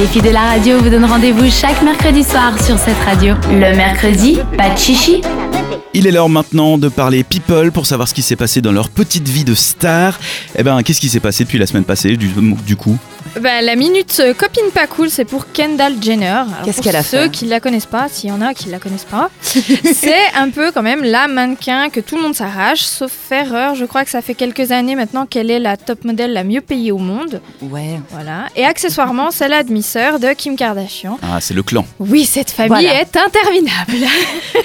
Les filles de la radio vous donnent rendez-vous chaque mercredi soir sur cette radio. Le mercredi, pas de chichi, Il est l'heure maintenant de parler people pour savoir ce qui s'est passé dans leur petite vie de star. Eh ben, qu'est-ce qui s'est passé depuis la semaine passée, du, du coup Bah, la minute euh, copine pas cool, c'est pour Kendall Jenner. Alors, Qu'est-ce pour qu'elle a Ceux fait qui la connaissent pas, s'il y en a qui la connaissent pas, c'est un peu quand même la mannequin que tout le monde s'arrache, sauf erreur. Je crois que ça fait quelques années maintenant qu'elle est la top modèle la mieux payée au monde. Ouais. Voilà. Et accessoirement, c'est la demi-sœur de Kim Kardashian. Ah, c'est le clan. Oui, cette famille Voilà. est interminable.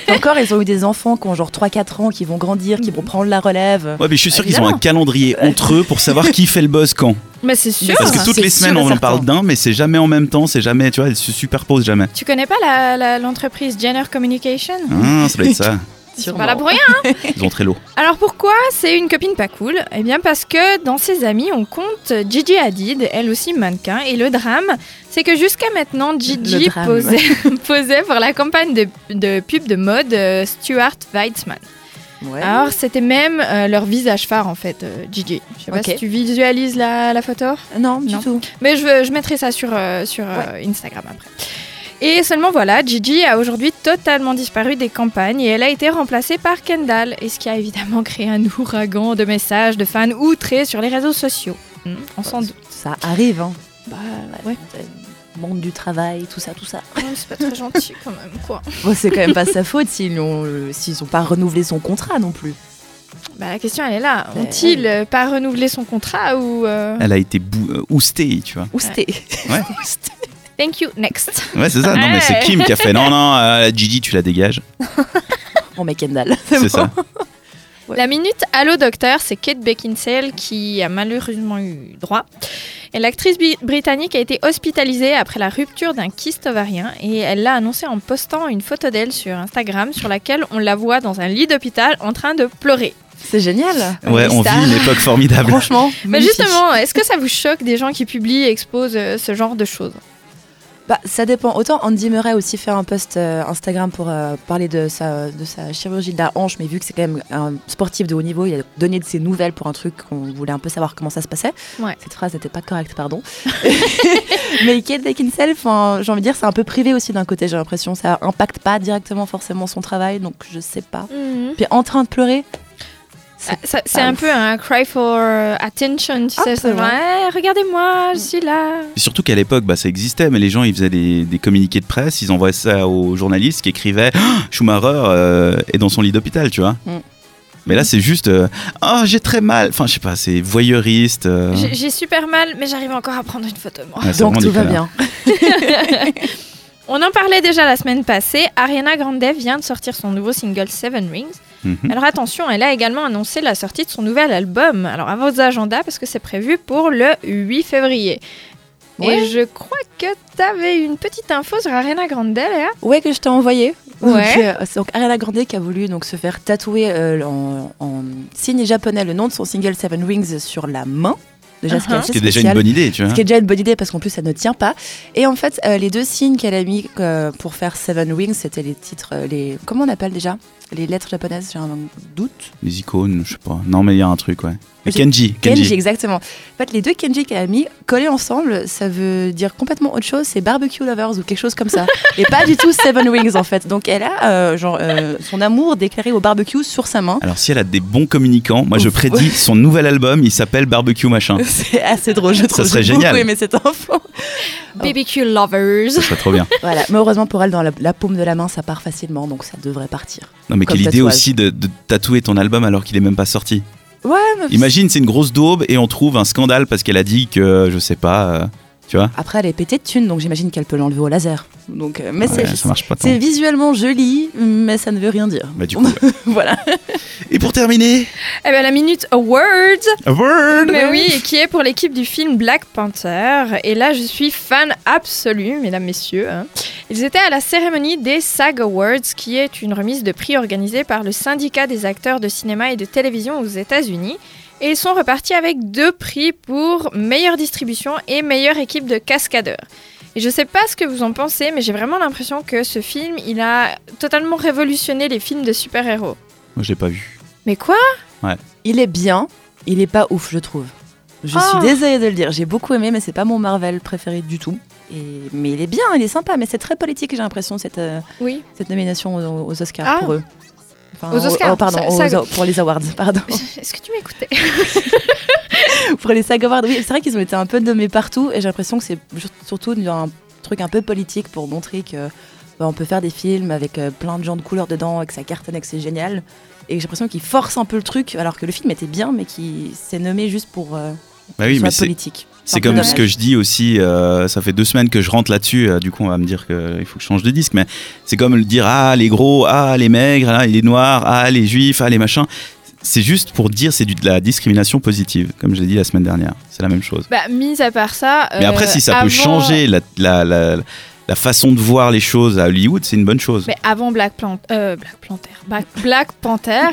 Encore, ils ont eu des enfants qui ont genre 3-4 ans, qui vont grandir, qui Mhm. vont prendre la relève. Ouais, mais je suis sûr qu'ils ont Évidemment. un calendrier entre eux pour savoir qui fait le buzz quand. Mais c'est sûr. hein. Parce que toutes c'est les semaines, sûr et on en parle certain. d'un, mais c'est jamais en même temps, c'est jamais, tu vois, ils se superposent jamais. Tu connais pas la- la- l'entreprise Jenner Communication Ah, ça doit être ça. C'est pas là pour rien. Ils ont très lourd. Alors pourquoi c'est une copine pas cool Eh bien parce que dans ses amis on compte Gigi Hadid, elle aussi mannequin, et le drame c'est que jusqu'à maintenant Le Gigi drame. posait, posait pour la campagne de, de pub de mode euh, Stuart Weitzman. Ouais. Alors c'était même euh, leur visage phare en fait, euh, Gigi. Je sais pas Ok. si tu visualises la, la photo non, du Non. tout. mais je, je mettrai ça sur, euh, sur euh, Instagram après. Et seulement voilà, Gigi a aujourd'hui totalement disparu des campagnes et elle a été remplacée par Kendall, et ce qui a évidemment créé un ouragan de messages de fans outrés sur les réseaux sociaux. Hmm, on s'en doute. Ça arrive, hein. Bah ouais, Monde du travail, tout ça, tout ça. c'est pas très gentil quand même quoi. Bon, c'est quand même pas sa faute s'ils n'ont euh, s'ils ont pas renouvelé son contrat non plus. Bah la question elle est là, Ouais. ont-ils euh, pas renouvelé son contrat ou euh, Elle a été bou- euh, oustée, tu vois. Où c'était Ouais. thank you next. Ouais, c'est ça. Non, mais c'est Ouais. Kim qui a fait. Non, non, euh, Gigi, tu la dégages. On met Kendall. C'est ça. Ouais. La minute Allô Docteur, c'est Kate Beckinsale qui a malheureusement eu droit. Et l'actrice bi- britannique a été hospitalisée après la rupture d'un kyste ovarien et elle l'a annoncé en postant une photo d'elle sur Instagram sur laquelle on la voit dans un lit d'hôpital en train de pleurer. C'est génial. Ouais, on vit une époque formidable. Franchement. Mais magnifique. justement, est-ce que ça vous choque des gens qui publient et exposent euh, ce genre de choses Bah, ça dépend. Autant Andy Murray a aussi fait un post euh, Instagram pour euh, parler de sa, de sa chirurgie de la hanche, mais vu que c'est quand même un sportif de haut niveau, il a donné de ses nouvelles pour un truc qu'on voulait un peu savoir comment ça se passait. Ouais. Cette phrase n'était pas correcte, pardon. mais Kate Beckinsale, 'fin, j'ai envie de dire, c'est un peu privé aussi d'un côté, j'ai l'impression. Ça impacte pas directement forcément son travail, donc je sais pas. Puis en train de pleurer, Mhm. Ah, ça- C'est pas un ouf. peu un cry for euh, attention, tu sais. Un peu, c'est genre, Eh, Regardez-moi, je suis là. Et Surtout qu'à l'époque, bah, ça existait, mais les gens, ils faisaient des, des communiqués de presse, ils envoyaient ça aux journalistes qui écrivaient Ah, Schumacher euh, est dans son lit d'hôpital, tu vois. Mm. Mais là, c'est juste euh, Oh, j'ai très mal. Enfin, je sais pas, c'est voyeuriste. euh, J'ai j'ai super mal, mais j'arrive encore à prendre une photo de moi. ouais, c'est donc vraiment tout va déconnant. bien. On en parlait déjà la semaine passée, Ariana Grande vient de sortir son nouveau single Seven Rings. Ah, Mhm. Alors attention, elle a également annoncé la sortie de son nouvel album. Alors à vos agendas parce que c'est prévu pour le 8 février. Ouais. Et je crois que t'avais une petite info sur Ariana Grande, Léa. Ouais, que je t'ai envoyé. Donc, Ouais. euh, c'est donc Ariana Grande qui a voulu donc se faire tatouer euh, en, en signe japonais le nom de son single Seven Rings sur la main. Déjà, ce qui est Uh-huh. assez Ce qui est déjà une spécial. bonne idée, hein. tu vois. Ce qui est déjà une bonne idée parce qu'en plus ça ne tient pas. Et en fait, euh, les deux signes qu'elle a mis euh, pour faire Seven Wings, c'était les titres, euh, les comment on appelle déjà Les lettres japonaises, j'ai un doute. Les icônes, je sais pas. Non, mais il y a un truc, ouais. Mais Ok. Kenji, Kenji, Kenji. exactement. En fait, les deux Kenji qu'elle a mis collés ensemble, ça veut dire complètement autre chose. C'est barbecue lovers ou quelque chose comme ça, et pas du tout Seven Wings en fait. Donc elle a euh, genre euh, son amour déclaré au barbecue sur sa main. Alors, si elle a des bons communicants, moi, je Ouf. prédis son nouvel album, il s'appelle Barbecue Machin. C'est assez drôle, je Ah. Ça trouve. serait J'ai génial. beaucoup aimé cette info. BBQ Lovers. Ça serait trop bien. Voilà, mais heureusement pour elle, dans la, la paume de la main, ça part facilement, donc ça devrait partir. Non, mais Comme quelle idée tatouage. aussi de, de tatouer ton album alors qu'il est même pas sorti. Ouais, Imagine, c'est une grosse daube et on trouve un scandale parce qu'elle a dit que, je sais pas, euh, tu vois. Après, elle est pétée de thunes, donc j'imagine qu'elle peut l'enlever au laser. Donc, euh, mais Ah Ouais, c'est- ça marche pas tant. c'est visuellement joli, mais ça ne veut rien dire. Bah, du coup, ouais. voilà. Et pour terminer, Eh bien la minute Awards. a word Mais oui, et qui est pour l'équipe du film Black Panther. Et là, je suis fan absolue, mesdames, messieurs. hein. Ils étaient à la cérémonie des SAG Awards, qui est une remise de prix organisée par le syndicat des acteurs de cinéma et de télévision aux États-Unis. Et ils sont repartis avec deux prix pour meilleure distribution et meilleure équipe de cascadeurs. Et je sais pas ce que vous en pensez, mais j'ai vraiment l'impression que ce film, il a totalement révolutionné les films de super-héros. Moi, j'ai pas vu. Mais quoi Il est bien, il est pas ouf, je trouve. Je Ah. suis désolée de le dire, j'ai beaucoup aimé, mais c'est pas mon Marvel préféré du tout. Et- mais il est bien, il est sympa, mais c'est très politique, j'ai l'impression, cette, euh, Oui. cette nomination aux, aux Oscars Ah. pour eux. Enfin, Aux Oscars, oh, pardon, ça- aux- ça- aux- pour les awards, pardon. Est-ce que tu m'écoutais pour les SAG Awards, oui, c'est vrai qu'ils ont été un peu nommés partout et j'ai l'impression que c'est ju- surtout un truc un peu politique pour montrer que bah, on peut faire des films avec euh, plein de gens de couleur dedans et que ça cartonne et que c'est génial. Et j'ai l'impression qu'ils forcent un peu le truc alors que le film était bien mais qui s'est nommé juste pour euh, Bah oui, sur mais la c'est politique. C'est un peu comme dommage. ce que je dis aussi, euh, ça fait deux semaines que je rentre là-dessus, euh, du coup on va me dire qu'il faut que je change de disque, mais c'est comme le dire ah les gros, ah les maigres, ah les noirs, ah les juifs, ah les machins. C'est juste pour dire c'est du- de la discrimination positive, comme je l'ai dit la semaine dernière. C'est la même chose. Bah, mis à part ça. Mais après, euh, si ça avant- peut changer la, la- la- la façon de voir les choses à Hollywood, c'est une bonne chose. Mais avant Black, Plant euh, Black Panther, Black, Black Panther,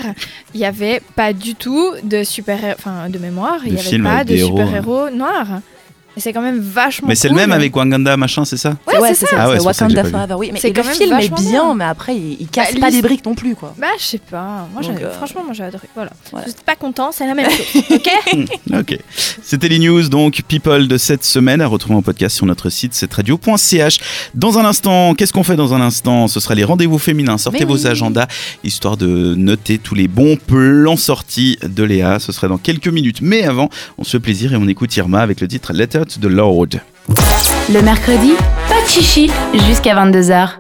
il n'y avait pas du tout de super enfin de mémoire, il De n'y avait films pas avec de des héros, hein. super-héros noirs. Et c'est quand même vachement Mais c'est cool. le même avec Wakanda, machin, c'est ça Ouais, c'est ça. Ah ouais, c'est c'est pour ça que Wakanda j'ai pas vu. Forever. Oui, mais C'est et quand le même film est vachement bien, bien. mais après il, il casse Bah, pas lui- les briques non plus quoi. Bah, je sais pas. Moi, Donc, j'ai- euh, franchement, moi j'ai adoré. Voilà. Ouais. Vous n'êtes pas content, c'est la même chose. Ok. C'était les news, donc People de cette semaine, à retrouver en podcast sur notre site, c'est radio.ch. Dans un instant, qu'est-ce qu'on fait dans un instant Ce sera les rendez-vous féminins. Sortez Mais vos oui. agendas, histoire de noter tous les bons plans sortis de Léa. Ce sera dans quelques minutes. Mais avant, on se fait plaisir et on écoute Irma avec le titre Letter to the Lord. Le mercredi, pas de chichi jusqu'à 22h.